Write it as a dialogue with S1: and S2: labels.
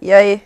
S1: E aí?